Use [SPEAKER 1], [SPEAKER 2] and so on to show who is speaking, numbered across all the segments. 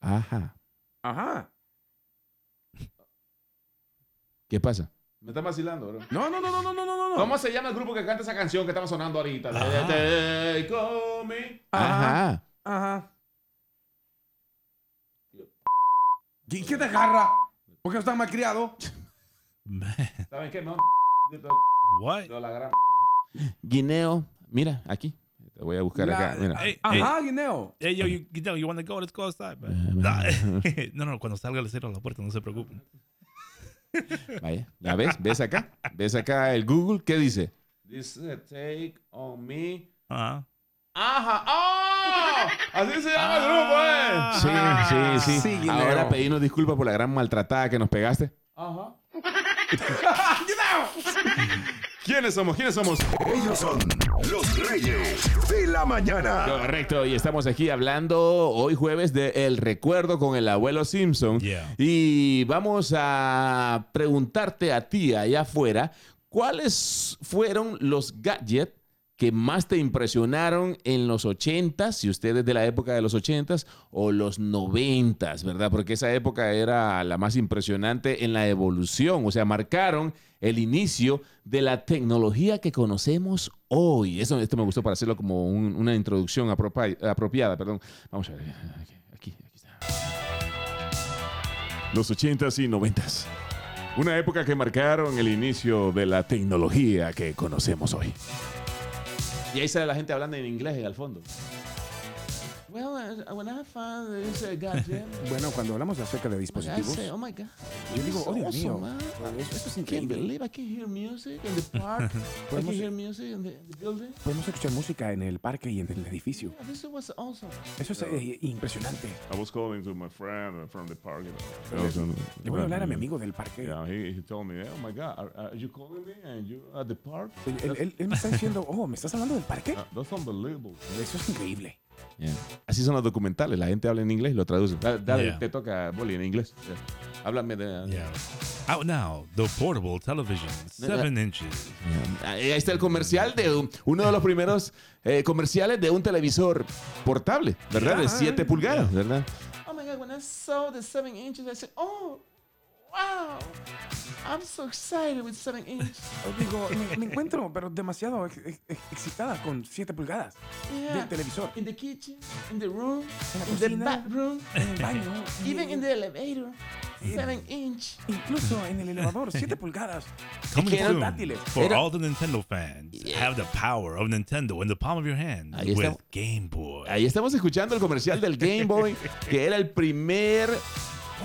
[SPEAKER 1] Ajá.
[SPEAKER 2] Ajá.
[SPEAKER 1] ¿Qué pasa? Me están vacilando, bro.
[SPEAKER 2] No, no, no, no, no, no, no, no.
[SPEAKER 3] ¿Cómo se llama el grupo que canta esa canción que estamos sonando ahorita? La de
[SPEAKER 1] Ajá.
[SPEAKER 3] Take on me.
[SPEAKER 2] Ajá.
[SPEAKER 1] Ah. Ajá.
[SPEAKER 2] Ajá. ¿Y qué te agarra? ¿Por qué estás malcriado?
[SPEAKER 4] Man,
[SPEAKER 3] ¿Saben qué? No,
[SPEAKER 4] what?
[SPEAKER 3] no, la gran...
[SPEAKER 1] Guineo. Mira, aquí. Te voy a buscar
[SPEAKER 2] La-
[SPEAKER 1] acá. Mira.
[SPEAKER 4] Hey, hey,
[SPEAKER 2] Ajá, Guineo.
[SPEAKER 4] hey, yo, you, you, know, you wanna go? Let's go outside, man.
[SPEAKER 1] Ah,
[SPEAKER 4] no, no, cuando salga le cierro la puerta, no se preocupen.
[SPEAKER 1] Vaya. ¿Ya ves? ¿Ves acá? ¿Ves acá el Google? ¿Qué dice?
[SPEAKER 3] This is a take on me.
[SPEAKER 4] Ajá.
[SPEAKER 3] Ajá. ¡Oh! Así se llama el grupo, eh.
[SPEAKER 1] Sí,
[SPEAKER 4] Ajá.
[SPEAKER 1] Ah. sí, sí.
[SPEAKER 2] Sí, Guineo.
[SPEAKER 1] Ahora pedimos disculpas por la gran maltratada que nos pegaste.
[SPEAKER 3] Ajá.
[SPEAKER 1] ¿Quiénes somos? ¿Quiénes somos?
[SPEAKER 5] Ellos son los reyes de la mañana.
[SPEAKER 1] Correcto, y estamos aquí hablando hoy jueves de El Recuerdo con el abuelo Simpson.
[SPEAKER 4] Yeah.
[SPEAKER 1] Y vamos a preguntarte a ti allá afuera, ¿cuáles fueron los gadgets que más te impresionaron en los 80s, si ustedes de la época de los 80s o los 90s, ¿verdad? Porque esa época era la más impresionante en la evolución, o sea, marcaron el inicio de la tecnología que conocemos hoy. Eso, esto me gustó para hacerlo como un- una introducción apropi- apropiada, perdón. Vamos a ver, aquí, aquí, aquí está. Los 80s y 90s. Una época que marcaron el inicio de la tecnología que conocemos hoy. Y ahí sale la gente hablando en inglés en el fondo. Well, uh, when I found this uh, gadget,
[SPEAKER 2] Bueno, cuando hablamos acerca de
[SPEAKER 1] I
[SPEAKER 2] dispositivos,
[SPEAKER 1] say, oh my God.
[SPEAKER 2] yo digo,
[SPEAKER 1] It's
[SPEAKER 2] oh Dios
[SPEAKER 1] awesome,
[SPEAKER 2] mío,
[SPEAKER 1] man.
[SPEAKER 2] esto es
[SPEAKER 1] I can't
[SPEAKER 2] increíble.
[SPEAKER 1] believe I can hear music in the park. I can
[SPEAKER 2] Podemos-
[SPEAKER 1] hear music in the, the building.
[SPEAKER 2] Podemos escuchar música en el parque y en el edificio.
[SPEAKER 1] Yeah, this was awesome.
[SPEAKER 2] Eso es eh, impresionante.
[SPEAKER 3] I was calling to my friend from the park. you know.
[SPEAKER 2] Le voy a hablar a mi amigo del parque.
[SPEAKER 3] Yeah, he, he told me, oh my God, are, are you calling me and you at the park?
[SPEAKER 2] Él, él- él- él me está diciendo, oh, ¿me estás hablando del parque?
[SPEAKER 1] Ah.
[SPEAKER 3] Uh, that's unbelievable.
[SPEAKER 2] Eso es increíble.
[SPEAKER 1] Así son los documentales. La gente habla en inglés y lo traduce. Dale, dale,
[SPEAKER 4] Yeah.
[SPEAKER 1] te toca, Boli, en inglés. Yeah. Háblame de...
[SPEAKER 4] Yeah. Out now, the portable television, seven inches.
[SPEAKER 1] Ahí está el comercial de un- uno de los primeros eh, comerciales de un televisor portable, ¿verdad? de
[SPEAKER 4] Yeah.
[SPEAKER 1] 7 pulgadas, ¿verdad?
[SPEAKER 6] Oh my god, when I saw the seven inches, I said, oh, wow, I'm so excited with seven inches.
[SPEAKER 2] Yo digo, me, me encuentro, pero demasiado ex- ex- ex- excitada con 7 pulgadas
[SPEAKER 6] Yeah.
[SPEAKER 2] del televisor.
[SPEAKER 6] In the kitchen, in the room,
[SPEAKER 2] En la
[SPEAKER 6] in the
[SPEAKER 2] cocina,
[SPEAKER 6] bathroom,
[SPEAKER 2] en el baño, y-
[SPEAKER 6] even in the elevator, seven inch.
[SPEAKER 2] incluso en el elevador, 7 pulgadas.
[SPEAKER 4] Coming
[SPEAKER 2] Eran
[SPEAKER 4] soon
[SPEAKER 2] dátiles.
[SPEAKER 4] for
[SPEAKER 1] Era-
[SPEAKER 4] all the Nintendo fans. Have the power of Nintendo in the palm of your hand
[SPEAKER 1] Ahí está.
[SPEAKER 4] with Game Boy.
[SPEAKER 1] Ahí estamos escuchando el comercial del Game Boy, que era el primer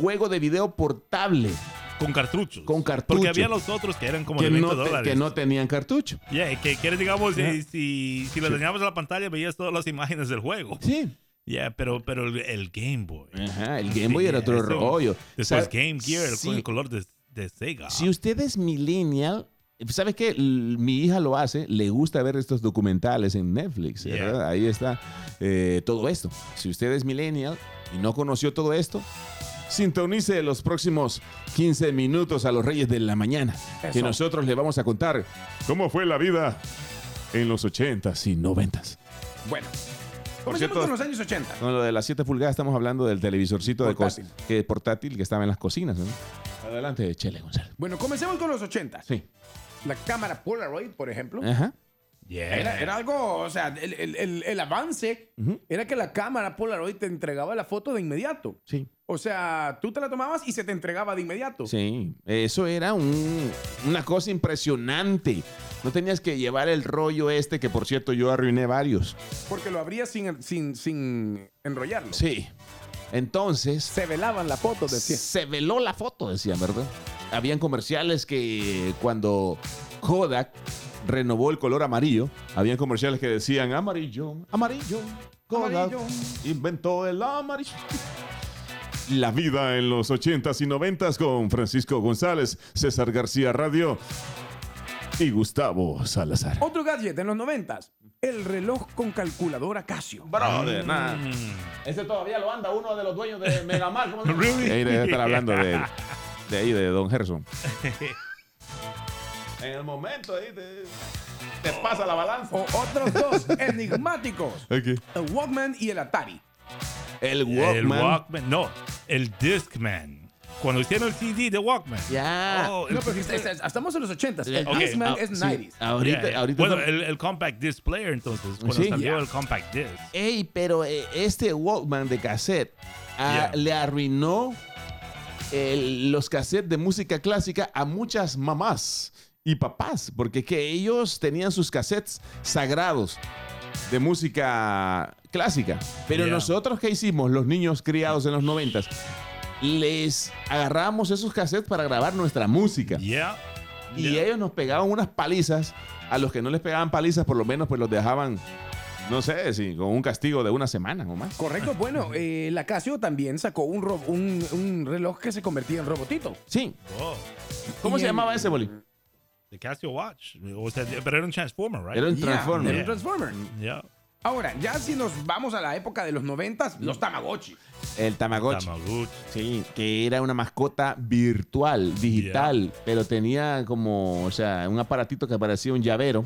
[SPEAKER 1] juego de video portable
[SPEAKER 4] Con cartuchos.
[SPEAKER 1] Con
[SPEAKER 4] Porque
[SPEAKER 1] cartucho.
[SPEAKER 4] había los otros que eran como
[SPEAKER 1] que
[SPEAKER 4] de 20
[SPEAKER 1] no, te-
[SPEAKER 4] dólares.
[SPEAKER 1] que no tenían cartucho.
[SPEAKER 4] Yeah, que, que era, digamos, si, si, si le dañabas a la pantalla, veías todas las imágenes del juego.
[SPEAKER 1] Sí.
[SPEAKER 4] Yeah, pero, pero el, el Game Boy.
[SPEAKER 1] Ajá, el Game Boy era otro
[SPEAKER 4] Eso.
[SPEAKER 1] rollo.
[SPEAKER 4] Después
[SPEAKER 1] ¿Sabe?
[SPEAKER 4] Game Gear el-
[SPEAKER 1] Sí.
[SPEAKER 4] con el color de, de Sega.
[SPEAKER 1] Si usted es millennial, ¿sabes qué? L- Mi hija lo hace, le gusta ver estos documentales en Netflix,
[SPEAKER 4] Yeah.
[SPEAKER 1] ¿verdad? Ahí está eh, todo esto. Si usted es millennial y no conoció todo esto, sintonice los próximos 15 minutos a los Reyes de la Mañana, que
[SPEAKER 2] Eso.
[SPEAKER 1] nosotros le vamos a contar cómo fue la vida en los 80s y 90s.
[SPEAKER 2] Bueno,
[SPEAKER 1] cierto-
[SPEAKER 2] comencemos con los años 80.
[SPEAKER 1] Con lo de las 7 pulgadas estamos hablando del televisorcito
[SPEAKER 2] Portátil.
[SPEAKER 1] de cos- que portátil que estaba en las cocinas. ¿no? Adelante, Chele González.
[SPEAKER 2] Bueno, comencemos con los 80.
[SPEAKER 1] Sí. Eh.
[SPEAKER 2] La cámara Polaroid, por ejemplo.
[SPEAKER 1] Ajá.
[SPEAKER 4] Yeah.
[SPEAKER 2] Era, era algo, o sea, el, el- el- el avance
[SPEAKER 1] Ujú.
[SPEAKER 2] era que la cámara Polaroid te entregaba la foto de inmediato.
[SPEAKER 1] Sí.
[SPEAKER 2] O sea, tú te la tomabas y se te entregaba de inmediato.
[SPEAKER 1] Sí, eso era un- una cosa impresionante. No tenías que llevar el rollo este, que por cierto yo arruiné varios.
[SPEAKER 2] Porque lo abrías sin, sin, sin enrollarlo.
[SPEAKER 1] Sí. Entonces,
[SPEAKER 2] Se velaban la foto, decía.
[SPEAKER 1] se veló la foto, decían, ¿verdad? Habían comerciales que cuando Kodak renovó el color amarillo, habían comerciales que decían amarillo, amarillo, Kodak
[SPEAKER 2] Amarillo.
[SPEAKER 1] inventó el amarillo. La vida en los 80s y 90s con Francisco González, César García Radio y Gustavo Salazar.
[SPEAKER 2] Otro gadget en los noventas, el reloj con calculadora Casio.
[SPEAKER 3] Brother, nada.
[SPEAKER 4] Mm.
[SPEAKER 3] Ese todavía lo anda uno de los dueños de Megamar. ¿cómo se llama?
[SPEAKER 4] Really?
[SPEAKER 1] Ahí debe estar hablando de, de ahí, de Don Gerson.
[SPEAKER 3] En el momento ahí te, te pasa la balanza.
[SPEAKER 2] O otros dos enigmáticos,
[SPEAKER 1] Aquí.
[SPEAKER 2] el Walkman y el Atari.
[SPEAKER 1] El
[SPEAKER 4] El
[SPEAKER 1] Walkman.
[SPEAKER 4] Walkman. No, el Discman. Cuando hicieron el CD de Walkman.
[SPEAKER 1] Ya.
[SPEAKER 4] Oh, el-
[SPEAKER 2] No, pero es- es- estamos en los 80s. El
[SPEAKER 4] Ok,
[SPEAKER 2] Discman
[SPEAKER 1] Ah,
[SPEAKER 2] es
[SPEAKER 1] sí,
[SPEAKER 2] 90s.
[SPEAKER 1] Ahorita,
[SPEAKER 4] Yeah,
[SPEAKER 1] ahorita
[SPEAKER 4] bueno,
[SPEAKER 1] estamos-
[SPEAKER 4] el, el compact disc player entonces, cuando
[SPEAKER 1] Sí.
[SPEAKER 4] salió el compact disc.
[SPEAKER 1] Ey, pero eh, este Walkman de cassette ah,
[SPEAKER 4] Yeah.
[SPEAKER 1] le arruinó el- los cassettes de música clásica a muchas mamás y papás, porque es que ellos tenían sus cassettes sagrados de música clásica. Pero
[SPEAKER 4] Yeah.
[SPEAKER 1] nosotros, ¿qué hicimos? Los niños criados en los noventas, les agarramos esos cassettes para grabar nuestra música.
[SPEAKER 4] Yeah.
[SPEAKER 1] Y
[SPEAKER 4] yeah.
[SPEAKER 1] ellos nos pegaban unas palizas. A los que no les pegaban palizas, por lo menos, pues los dejaban, no sé, si con un castigo de una semana o más.
[SPEAKER 2] Correcto, bueno, eh, la Casio también sacó un, ro- un, un reloj que se convertía en robotito.
[SPEAKER 1] Sí.
[SPEAKER 4] Oh,
[SPEAKER 1] ¿Cómo
[SPEAKER 2] Y
[SPEAKER 1] se
[SPEAKER 2] el-
[SPEAKER 1] llamaba ese boli?
[SPEAKER 4] the Casio Watch. O sea, pero era un Transformer, right?
[SPEAKER 1] Era un
[SPEAKER 2] Yeah,
[SPEAKER 1] Transformer.
[SPEAKER 2] Era un Transformer.
[SPEAKER 4] Yeah.
[SPEAKER 2] Ahora, ya si nos vamos a la época de los 90s, los Tamagotchi.
[SPEAKER 1] El Tamagotchi.
[SPEAKER 4] Tamagotchi.
[SPEAKER 1] Sí, que era una mascota virtual, digital, pero tenía como, o sea, un aparatito que parecía un llavero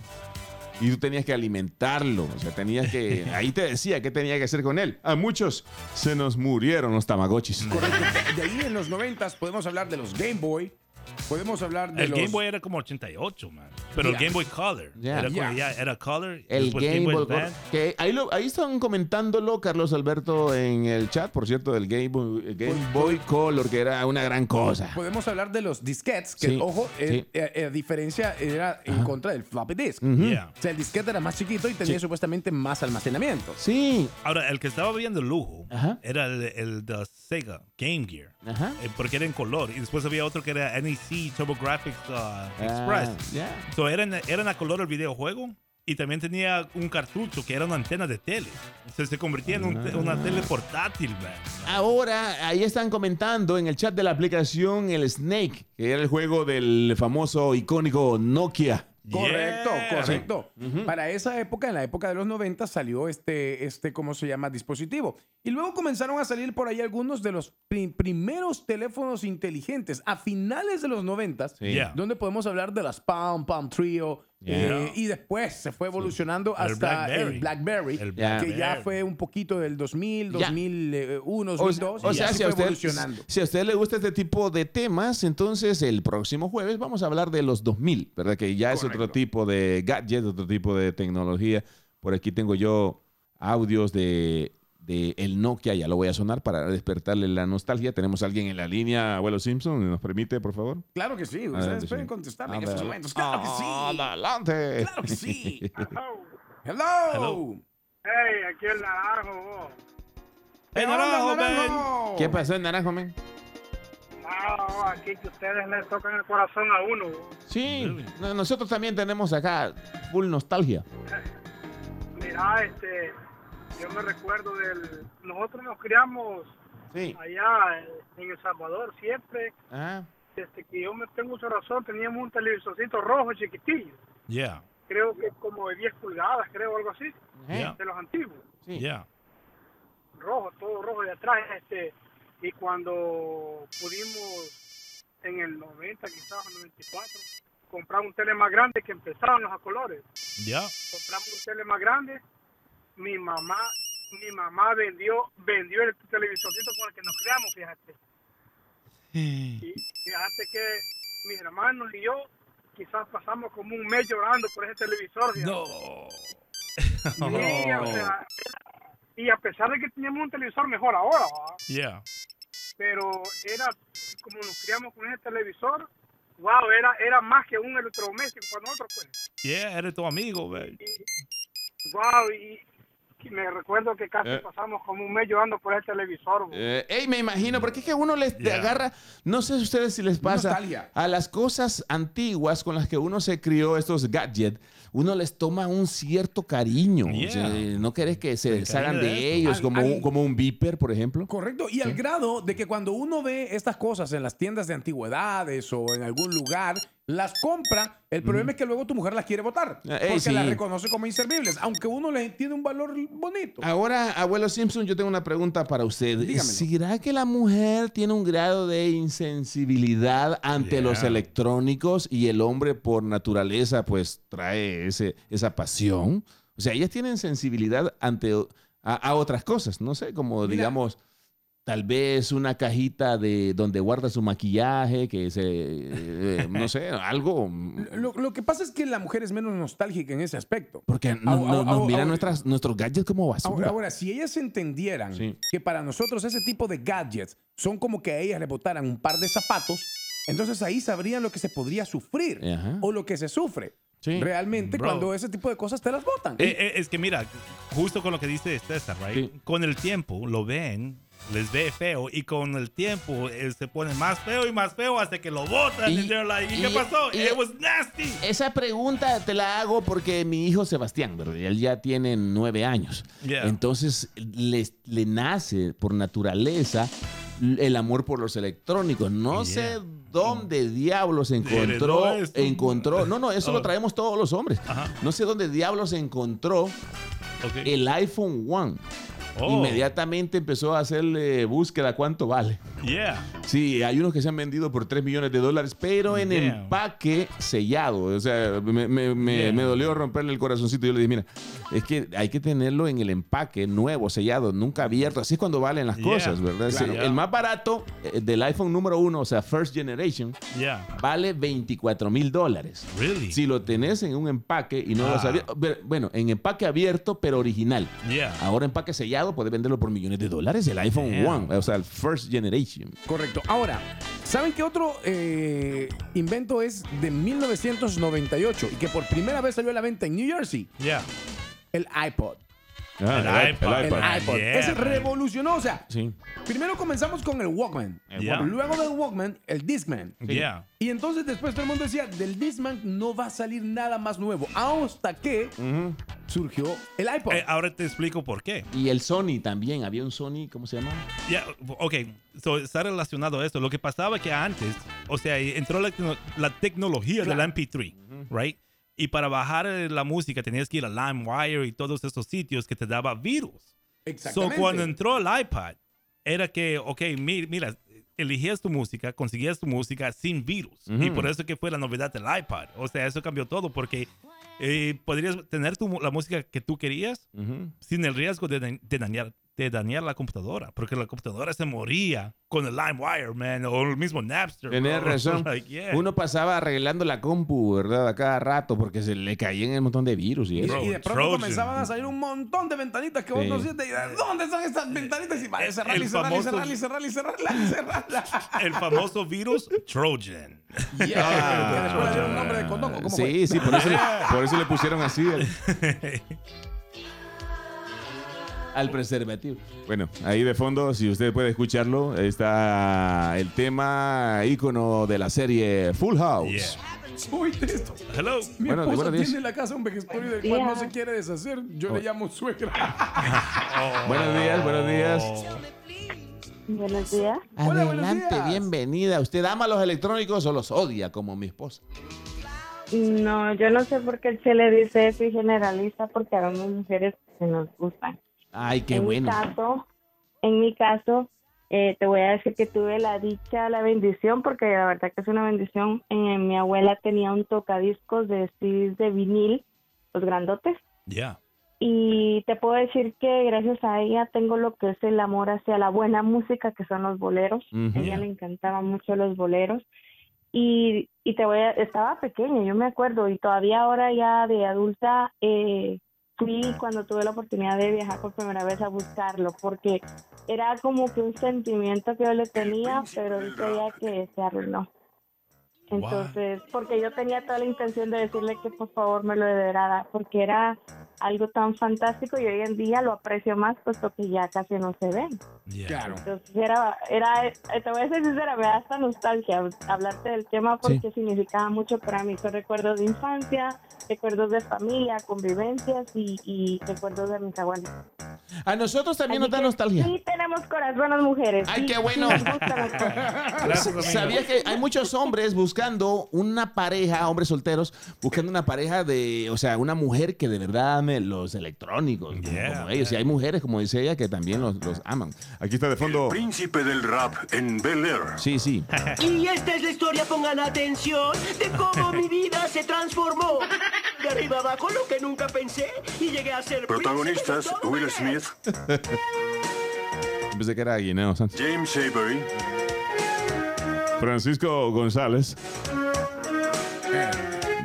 [SPEAKER 1] y tú tenías que alimentarlo, o sea, tenías que, ahí te decía qué tenía que hacer con él. A muchos se nos murieron los tamagotchis.
[SPEAKER 2] Correcto. De ahí en los 90s podemos hablar de los Game Boy, podemos hablar de
[SPEAKER 4] El
[SPEAKER 2] los...
[SPEAKER 4] Game Boy era como 88, man. Pero
[SPEAKER 2] Yeah.
[SPEAKER 4] el Game Boy Color.
[SPEAKER 1] Yeah.
[SPEAKER 4] Era, como-
[SPEAKER 2] Yeah.
[SPEAKER 4] ya, era Color.
[SPEAKER 1] El
[SPEAKER 4] después
[SPEAKER 1] Game Boy Color,
[SPEAKER 4] Advance.
[SPEAKER 1] que ahí, lo- ahí están comentándolo Carlos Alberto en el chat, por cierto, del Game Boy, el Game Boy Color, que era una gran cosa.
[SPEAKER 2] Podemos hablar de los disquets, que,
[SPEAKER 1] Sí,
[SPEAKER 2] ojo, eh,
[SPEAKER 1] sí.
[SPEAKER 2] eh, eh, diferencia era en contra del floppy disk.
[SPEAKER 4] Yeah.
[SPEAKER 2] O sea, el disquete era más chiquito y tenía
[SPEAKER 1] Sí.
[SPEAKER 2] supuestamente más almacenamiento.
[SPEAKER 1] Sí,
[SPEAKER 4] Ahora, el que estaba viendo lujo
[SPEAKER 1] Ajá.
[SPEAKER 4] era el, el de Sega, Game Gear.
[SPEAKER 1] Ajá.
[SPEAKER 4] Eh, Porque era en color. Y después había otro que era NEC TurboGrafx uh, Express.
[SPEAKER 1] Ah, ya.
[SPEAKER 4] So, eran, eran a color el videojuego y también tenía un cartucho que era una antena de tele. Se, se convertía en un te-
[SPEAKER 1] Ah.
[SPEAKER 4] una tele portátil, man.
[SPEAKER 1] Ahora, ahí están comentando en el chat de la aplicación el Snake, que era el juego del famoso icónico Nokia.
[SPEAKER 2] Correcto,
[SPEAKER 4] Yeah.
[SPEAKER 2] correcto. Para esa época, en la época de los 90, salió este, este, ¿cómo se llama? Dispositivo. Y luego comenzaron a salir por ahí algunos de los pri- primeros teléfonos inteligentes a finales de los 90,
[SPEAKER 1] Sí.
[SPEAKER 4] Yeah.
[SPEAKER 2] donde podemos hablar de las Palm, Palm Trio.
[SPEAKER 1] Yeah.
[SPEAKER 2] eh, y después se fue evolucionando
[SPEAKER 4] El
[SPEAKER 2] hasta el
[SPEAKER 4] Blackberry.
[SPEAKER 2] Blackberry,
[SPEAKER 4] El
[SPEAKER 2] que ya
[SPEAKER 4] Blackberry.
[SPEAKER 2] fue un poquito del 2000,
[SPEAKER 1] Ya.
[SPEAKER 2] 2001,
[SPEAKER 1] O sea,
[SPEAKER 2] 2002.
[SPEAKER 1] o
[SPEAKER 2] y
[SPEAKER 1] sea,
[SPEAKER 2] así
[SPEAKER 1] si, a
[SPEAKER 2] fue
[SPEAKER 1] usted,
[SPEAKER 2] evolucionando.
[SPEAKER 1] si a usted le gusta este tipo de temas, entonces el próximo jueves vamos a hablar de los 2000, ¿verdad? Que ya es otro
[SPEAKER 2] Correcto.
[SPEAKER 1] tipo de gadget, otro tipo de tecnología. Por aquí tengo yo audios de, de el Nokia, ya lo voy a sonar para despertarle la nostalgia. Tenemos a alguien en la línea, abuelo Simpson, ¿nos permite, por favor?
[SPEAKER 2] Claro que sí,
[SPEAKER 1] Adelante,
[SPEAKER 2] ustedes
[SPEAKER 1] Ah, pues sí. Ah,
[SPEAKER 2] pueden contestarme en
[SPEAKER 1] Adelante.
[SPEAKER 2] estos momentos. Claro que sí.
[SPEAKER 1] Adelante.
[SPEAKER 2] Claro que sí.
[SPEAKER 7] Oh,
[SPEAKER 2] Hello.
[SPEAKER 4] Hello.
[SPEAKER 7] hey, aquí el naranjo.
[SPEAKER 4] ¡Hey, Naranjo, man!
[SPEAKER 1] ¿Qué pasó en Naranjo, men?
[SPEAKER 7] vos. Wow, aquí que ustedes le tocan el corazón a uno. vos.
[SPEAKER 1] Sí, no- nosotros también tenemos acá full nostalgia.
[SPEAKER 7] Mirá, este, yo me recuerdo del. Nosotros nos criamos
[SPEAKER 1] Sí.
[SPEAKER 7] allá en El Salvador siempre.
[SPEAKER 1] Ah,
[SPEAKER 7] Desde que yo me tengo mucho razón, teníamos un televisorcito rojo chiquitillo.
[SPEAKER 4] Yeah,
[SPEAKER 7] Creo que como de 10 pulgadas, creo, algo así,
[SPEAKER 1] eh,
[SPEAKER 4] Yeah.
[SPEAKER 7] de los antiguos.
[SPEAKER 1] sí.
[SPEAKER 4] yeah.
[SPEAKER 7] rojo, todo rojo de atrás, este, y cuando pudimos en el 90, quizás en el 94, comprar un tele más grande que empezaban los a colores,
[SPEAKER 4] Yeah.
[SPEAKER 7] compramos un tele más grande, mi mamá, mi mamá vendió, vendió el televisorcito con el que nos creamos, fíjate. Y fíjate que mis hermanos y yo quizás pasamos como un mes llorando por ese televisor. fíjate.
[SPEAKER 4] No.
[SPEAKER 7] Sí, o sea, y a pesar de que teníamos un televisor mejor ahora, ¿va?
[SPEAKER 4] Yeah.
[SPEAKER 7] pero era como nos criamos con ese televisor, wow, era, era más que un electrodoméstico para nosotros, pues.
[SPEAKER 4] Yeah, eres tu amigo, man.
[SPEAKER 7] Wow, y, y me recuerdo que casi
[SPEAKER 1] Eh.
[SPEAKER 7] pasamos como un mes llorando por ese televisor. bo.
[SPEAKER 1] Eh, ey, me imagino, porque es que uno les
[SPEAKER 4] Yeah.
[SPEAKER 1] agarra, no sé si a ustedes si les pasa,
[SPEAKER 2] Nostalgia.
[SPEAKER 1] a las cosas antiguas con las que uno se crió, estos gadgets, uno les toma un cierto cariño.
[SPEAKER 4] Yeah.
[SPEAKER 1] O sea, no querés que se
[SPEAKER 4] El
[SPEAKER 1] deshagan de,
[SPEAKER 4] cariño de esto.
[SPEAKER 1] ellos,
[SPEAKER 2] Al-
[SPEAKER 1] como, un,
[SPEAKER 2] al-
[SPEAKER 1] como un beeper, por ejemplo.
[SPEAKER 2] Correcto, y al grado de que cuando uno ve estas cosas en las tiendas de antigüedades o en algún lugar, las compra, el problema es que luego tu mujer las quiere votar,
[SPEAKER 1] Ah, ey,
[SPEAKER 2] porque
[SPEAKER 1] sí.
[SPEAKER 2] las reconoce como inservibles, aunque uno le tiene un valor bonito.
[SPEAKER 1] Ahora, abuelo Simpson, yo tengo una pregunta para usted.
[SPEAKER 2] Dígamelo.
[SPEAKER 1] ¿Será que la mujer tiene un grado de insensibilidad ante
[SPEAKER 4] Yeah.
[SPEAKER 1] los electrónicos y el hombre por naturaleza pues trae ese, esa pasión? O sea, ellas tienen sensibilidad ante, a, a otras cosas, no sé, como
[SPEAKER 2] Mira.
[SPEAKER 1] digamos, tal vez una cajita de donde guarda su maquillaje, que se, eh, no sé, algo.
[SPEAKER 2] Lo, lo que pasa es que la mujer es menos nostálgica en ese aspecto.
[SPEAKER 1] Porque no-
[SPEAKER 2] Ahora-
[SPEAKER 1] no- nos
[SPEAKER 2] ahora-
[SPEAKER 1] miran
[SPEAKER 2] ahora-
[SPEAKER 1] nuestras, nuestros gadgets como basura.
[SPEAKER 2] Ahora, ahora, si ellas entendieran
[SPEAKER 1] Sí.
[SPEAKER 2] que para nosotros ese tipo de gadgets son como que a ellas le botaran un par de zapatos, entonces ahí sabrían lo que se podría sufrir
[SPEAKER 1] Ajá.
[SPEAKER 2] o lo que se sufre.
[SPEAKER 1] Sí.
[SPEAKER 2] Realmente
[SPEAKER 4] Bro.
[SPEAKER 2] cuando ese tipo de cosas te las botan.
[SPEAKER 4] Eh, eh, es que mira, justo con lo que dice César, right?
[SPEAKER 1] Sí.
[SPEAKER 4] Con el tiempo lo ven, les ve feo y con el tiempo eh, se pone más feo y más feo hasta que lo botan.
[SPEAKER 1] Y-
[SPEAKER 4] Y, they're like, ¿y
[SPEAKER 1] y-
[SPEAKER 4] qué pasó?
[SPEAKER 1] y-
[SPEAKER 4] It was nasty.
[SPEAKER 1] Esa pregunta te la hago porque mi hijo Sebastián, ¿verdad? él ya tiene nueve años.
[SPEAKER 4] Yeah.
[SPEAKER 1] Entonces le, le nace por naturaleza el amor por los electrónicos. No
[SPEAKER 4] Yeah.
[SPEAKER 1] sé dónde diablos encontró,
[SPEAKER 4] Heredó esto.
[SPEAKER 1] encontró. No, no, eso
[SPEAKER 4] Oh.
[SPEAKER 1] lo traemos todos los hombres.
[SPEAKER 4] Ajá.
[SPEAKER 1] No sé dónde diablos encontró
[SPEAKER 4] Ok.
[SPEAKER 1] el iPhone One.
[SPEAKER 4] Oh,
[SPEAKER 1] Inmediatamente empezó a hacerle búsqueda cuánto vale.
[SPEAKER 4] Yeah.
[SPEAKER 1] Sí, hay unos que se han vendido por 3 millones de dólares, pero en
[SPEAKER 4] Damn.
[SPEAKER 1] empaque sellado. O sea, me, me- me-
[SPEAKER 4] Yeah.
[SPEAKER 1] me dolió romperle el corazoncito. Yo le dije, mira, es que hay que tenerlo en el empaque nuevo, sellado, nunca abierto. Así es cuando valen las
[SPEAKER 4] Yeah,
[SPEAKER 1] cosas, ¿verdad?
[SPEAKER 4] claro.
[SPEAKER 1] Sí, El más barato eh, del iPhone número uno, o sea, First Generation,
[SPEAKER 4] Yeah.
[SPEAKER 1] vale 24 mil dólares.
[SPEAKER 4] Really?
[SPEAKER 1] Si lo tenés en un empaque y no lo
[SPEAKER 4] Ah.
[SPEAKER 1] sabías, ver- bueno, en empaque abierto, pero original.
[SPEAKER 4] Yeah.
[SPEAKER 1] Ahora empaque sellado, puedes venderlo por millones de dólares, el iPhone
[SPEAKER 4] Damn.
[SPEAKER 1] One, o sea, el First Generation.
[SPEAKER 2] Correcto. Ahora, ¿saben qué otro eh, invento es de 1998 y que por primera vez salió a la venta en New Jersey?
[SPEAKER 4] Yeah.
[SPEAKER 2] El iPod.
[SPEAKER 1] Ah,
[SPEAKER 4] El iPod.
[SPEAKER 2] El
[SPEAKER 4] iPod. Ah,
[SPEAKER 2] iPod.
[SPEAKER 4] Yeah,
[SPEAKER 2] Ese
[SPEAKER 4] man.
[SPEAKER 2] revolucionó. O sea,
[SPEAKER 1] Sí.
[SPEAKER 2] primero comenzamos con el Walkman.
[SPEAKER 4] Yeah. Walkman.
[SPEAKER 2] Luego del Walkman, el Discman.
[SPEAKER 4] Yeah.
[SPEAKER 2] Y entonces después todo el mundo decía, del Discman no va a salir nada más nuevo. Hasta que surgió el iPod.
[SPEAKER 4] Eh, ahora te explico por qué.
[SPEAKER 1] Y el Sony también, había un Sony, ¿cómo se llama?
[SPEAKER 4] Ya, ok, so, está relacionado a esto. Lo que pasaba que antes, o sea, entró la, tecno- la tecnología del MP3, right? Y para bajar eh, la música tenías que ir a LimeWire y todos esos sitios que te daba virus. So,
[SPEAKER 2] Exactamente.
[SPEAKER 4] cuando entró el iPad, era que, ok, mi- mira, elegías tu música, conseguías tu música sin virus. Y por eso que fue la novedad del iPad. O sea, eso cambió todo porque eh, podrías tener tu mu- la música que tú querías sin el riesgo de, da- de dañar, de dañar la computadora, porque la computadora se moría con el LimeWire, man, o el mismo Napster.
[SPEAKER 1] Tenés
[SPEAKER 4] bro.
[SPEAKER 1] razón.
[SPEAKER 4] Like, yeah.
[SPEAKER 1] Uno pasaba arreglando la compu, ¿verdad? A cada rato porque se le caían un montón de virus y
[SPEAKER 2] Y,
[SPEAKER 1] eso.
[SPEAKER 4] Bro,
[SPEAKER 2] y de pronto
[SPEAKER 4] Trojan.
[SPEAKER 2] comenzaban a salir un montón de ventanitas que vos
[SPEAKER 1] Sí.
[SPEAKER 2] no sientes. Y, ¿Dónde están estas ventanitas? Y vaya, cerrarla y
[SPEAKER 4] El
[SPEAKER 2] cerrarla y
[SPEAKER 4] famoso-
[SPEAKER 2] cerrarla y cerrarla y cerrarla y cerrarla.
[SPEAKER 4] El famoso virus Trojan.
[SPEAKER 2] Yeah. Que después le dieron nombre de condón. ¿o ¿Cómo
[SPEAKER 1] sí,
[SPEAKER 2] fue?
[SPEAKER 1] sí, por eso, le, por eso le pusieron así al, al preservativo. Bueno, ahí de fondo, si usted puede escucharlo, está el tema ícono de la serie Full House.
[SPEAKER 4] Yeah.
[SPEAKER 2] Uy, esto.
[SPEAKER 4] Hello.
[SPEAKER 2] Mi
[SPEAKER 1] Bueno,
[SPEAKER 2] esposa
[SPEAKER 1] buenos días.
[SPEAKER 2] tiene en la casa un vejestorio del cual no se quiere deshacer. Yo
[SPEAKER 1] Oh.
[SPEAKER 2] le llamo suegra.
[SPEAKER 1] Buenos días, buenos días.
[SPEAKER 4] Oh.
[SPEAKER 8] Buenos días.
[SPEAKER 2] Hola, buenos
[SPEAKER 1] Adelante,
[SPEAKER 2] días.
[SPEAKER 1] bienvenida. ¿Usted ama los electrónicos o los odia como mi esposa?
[SPEAKER 8] No, yo no sé por qué el chile dice eso y generaliza porque habemos mujeres que nos gustan.
[SPEAKER 1] Ay, qué
[SPEAKER 8] en
[SPEAKER 1] bueno.
[SPEAKER 8] Mi caso, en mi caso, eh, te voy a decir que tuve la dicha, la bendición, porque la verdad que es una bendición. Eh, mi abuela tenía un tocadiscos de CDs de vinil, los grandotes.
[SPEAKER 4] Yeah.
[SPEAKER 8] Y te puedo decir que gracias a ella tengo lo que es el amor hacia la buena música, que son los boleros.
[SPEAKER 1] Ujú.
[SPEAKER 8] A ella le encantaban mucho los boleros. Y, y te voy a- estaba pequeña, yo me acuerdo, y todavía ahora ya de adulta eh, fui cuando tuve la oportunidad de viajar por primera vez a buscarlo, porque era como que un sentimiento que yo le tenía, pero ahorita ya que se arruinó. Entonces, porque yo tenía toda la intención de decirle que por favor me lo deberá dar, porque era algo tan fantástico y hoy en día lo aprecio más, puesto que ya casi no se ven.
[SPEAKER 4] Yeah.
[SPEAKER 2] Claro.
[SPEAKER 8] Entonces era, era, eh, te voy a ser sincera, me da hasta nostalgia hablarte del tema porque significaba mucho para mí. Son recuerdos de infancia, recuerdos de familia, convivencias y, y recuerdos de mis abuelos.
[SPEAKER 1] A nosotros también nos
[SPEAKER 8] Así
[SPEAKER 1] da
[SPEAKER 8] que
[SPEAKER 1] nostalgia.
[SPEAKER 8] Sí, tenemos corazones mujeres.
[SPEAKER 1] Ay,
[SPEAKER 8] Sí,
[SPEAKER 1] qué
[SPEAKER 8] sí
[SPEAKER 1] bueno.
[SPEAKER 8] nos gustan las cosas.
[SPEAKER 4] Gracias, amigo.
[SPEAKER 1] Sabía que hay muchos hombres buscando una pareja, hombres solteros, buscando una pareja de, o sea, una mujer que de verdad ame los electrónicos, como-
[SPEAKER 4] Yeah,
[SPEAKER 1] como ellos. Y hay mujeres, como dice ella, que también los, los aman. Aquí está de fondo. Ah.
[SPEAKER 9] Príncipe del rap en Bel Air.
[SPEAKER 1] Sí, sí.
[SPEAKER 10] Y esta es la historia, pongan atención, de cómo mi vida se transformó. de arriba abajo lo que nunca pensé y llegué a ser
[SPEAKER 9] Protagonistas
[SPEAKER 10] príncipe de todo
[SPEAKER 9] Will
[SPEAKER 10] Belén.
[SPEAKER 9] Smith,
[SPEAKER 1] Pensé que era Guineo Sánchez.
[SPEAKER 9] James Avery,
[SPEAKER 1] Francisco González.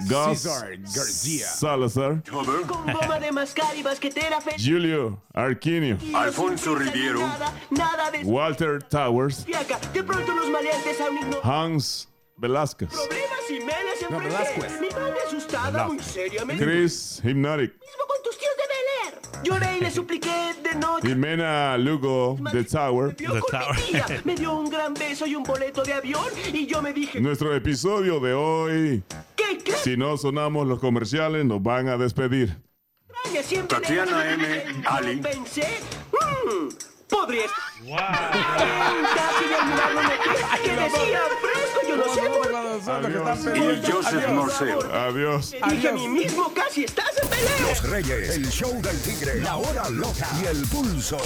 [SPEAKER 1] Gus
[SPEAKER 2] César García.
[SPEAKER 1] Salazar.
[SPEAKER 9] Hover,
[SPEAKER 10] Con goma de mascar y basquetera feliz.
[SPEAKER 1] Julio Arquinio.
[SPEAKER 9] Alfonso Riviero.
[SPEAKER 10] Nada, nada de
[SPEAKER 1] Walter Towers.
[SPEAKER 10] fiaca. De pronto los maleantes aún ignoran
[SPEAKER 1] Hans Velázquez.
[SPEAKER 10] problemas y me las enfrenté.
[SPEAKER 2] Velázquez.
[SPEAKER 10] Mi madre asustada, muy seriamente.
[SPEAKER 1] Chris Hypnotic.
[SPEAKER 10] mismo con tus tíos de Bel Air. Lloré y le supliqué de noche.
[SPEAKER 1] Jimena Lugo de Tower.
[SPEAKER 10] Me vio
[SPEAKER 4] The
[SPEAKER 10] con
[SPEAKER 4] Tower.
[SPEAKER 10] mi tía, me dio un gran beso y un boleto de avión y yo me dije,
[SPEAKER 1] Nuestro episodio de hoy.
[SPEAKER 10] ¿qué qué
[SPEAKER 1] Si no sonamos los comerciales, nos van a despedir.
[SPEAKER 10] extraña? Siempre le-
[SPEAKER 9] Tatiana M. Ali.
[SPEAKER 10] Pensé, mmm, podría Mm, estar
[SPEAKER 4] Wow.
[SPEAKER 10] en casa y algún alumno que- que decía fresco, yo no sé por
[SPEAKER 9] y
[SPEAKER 10] qué.
[SPEAKER 9] Joseph Morceo.
[SPEAKER 1] Adiós.
[SPEAKER 10] Dije a mí mismo, casi estás en pelea.
[SPEAKER 9] Los Reyes, el show del tigre, la hora loca y el pulso.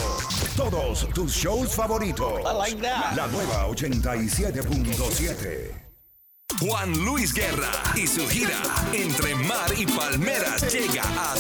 [SPEAKER 9] Todos tus shows favoritos. La nueva 87.7.
[SPEAKER 11] Juan Luis Guerra y su gira Entre Mar y Palmeras llega a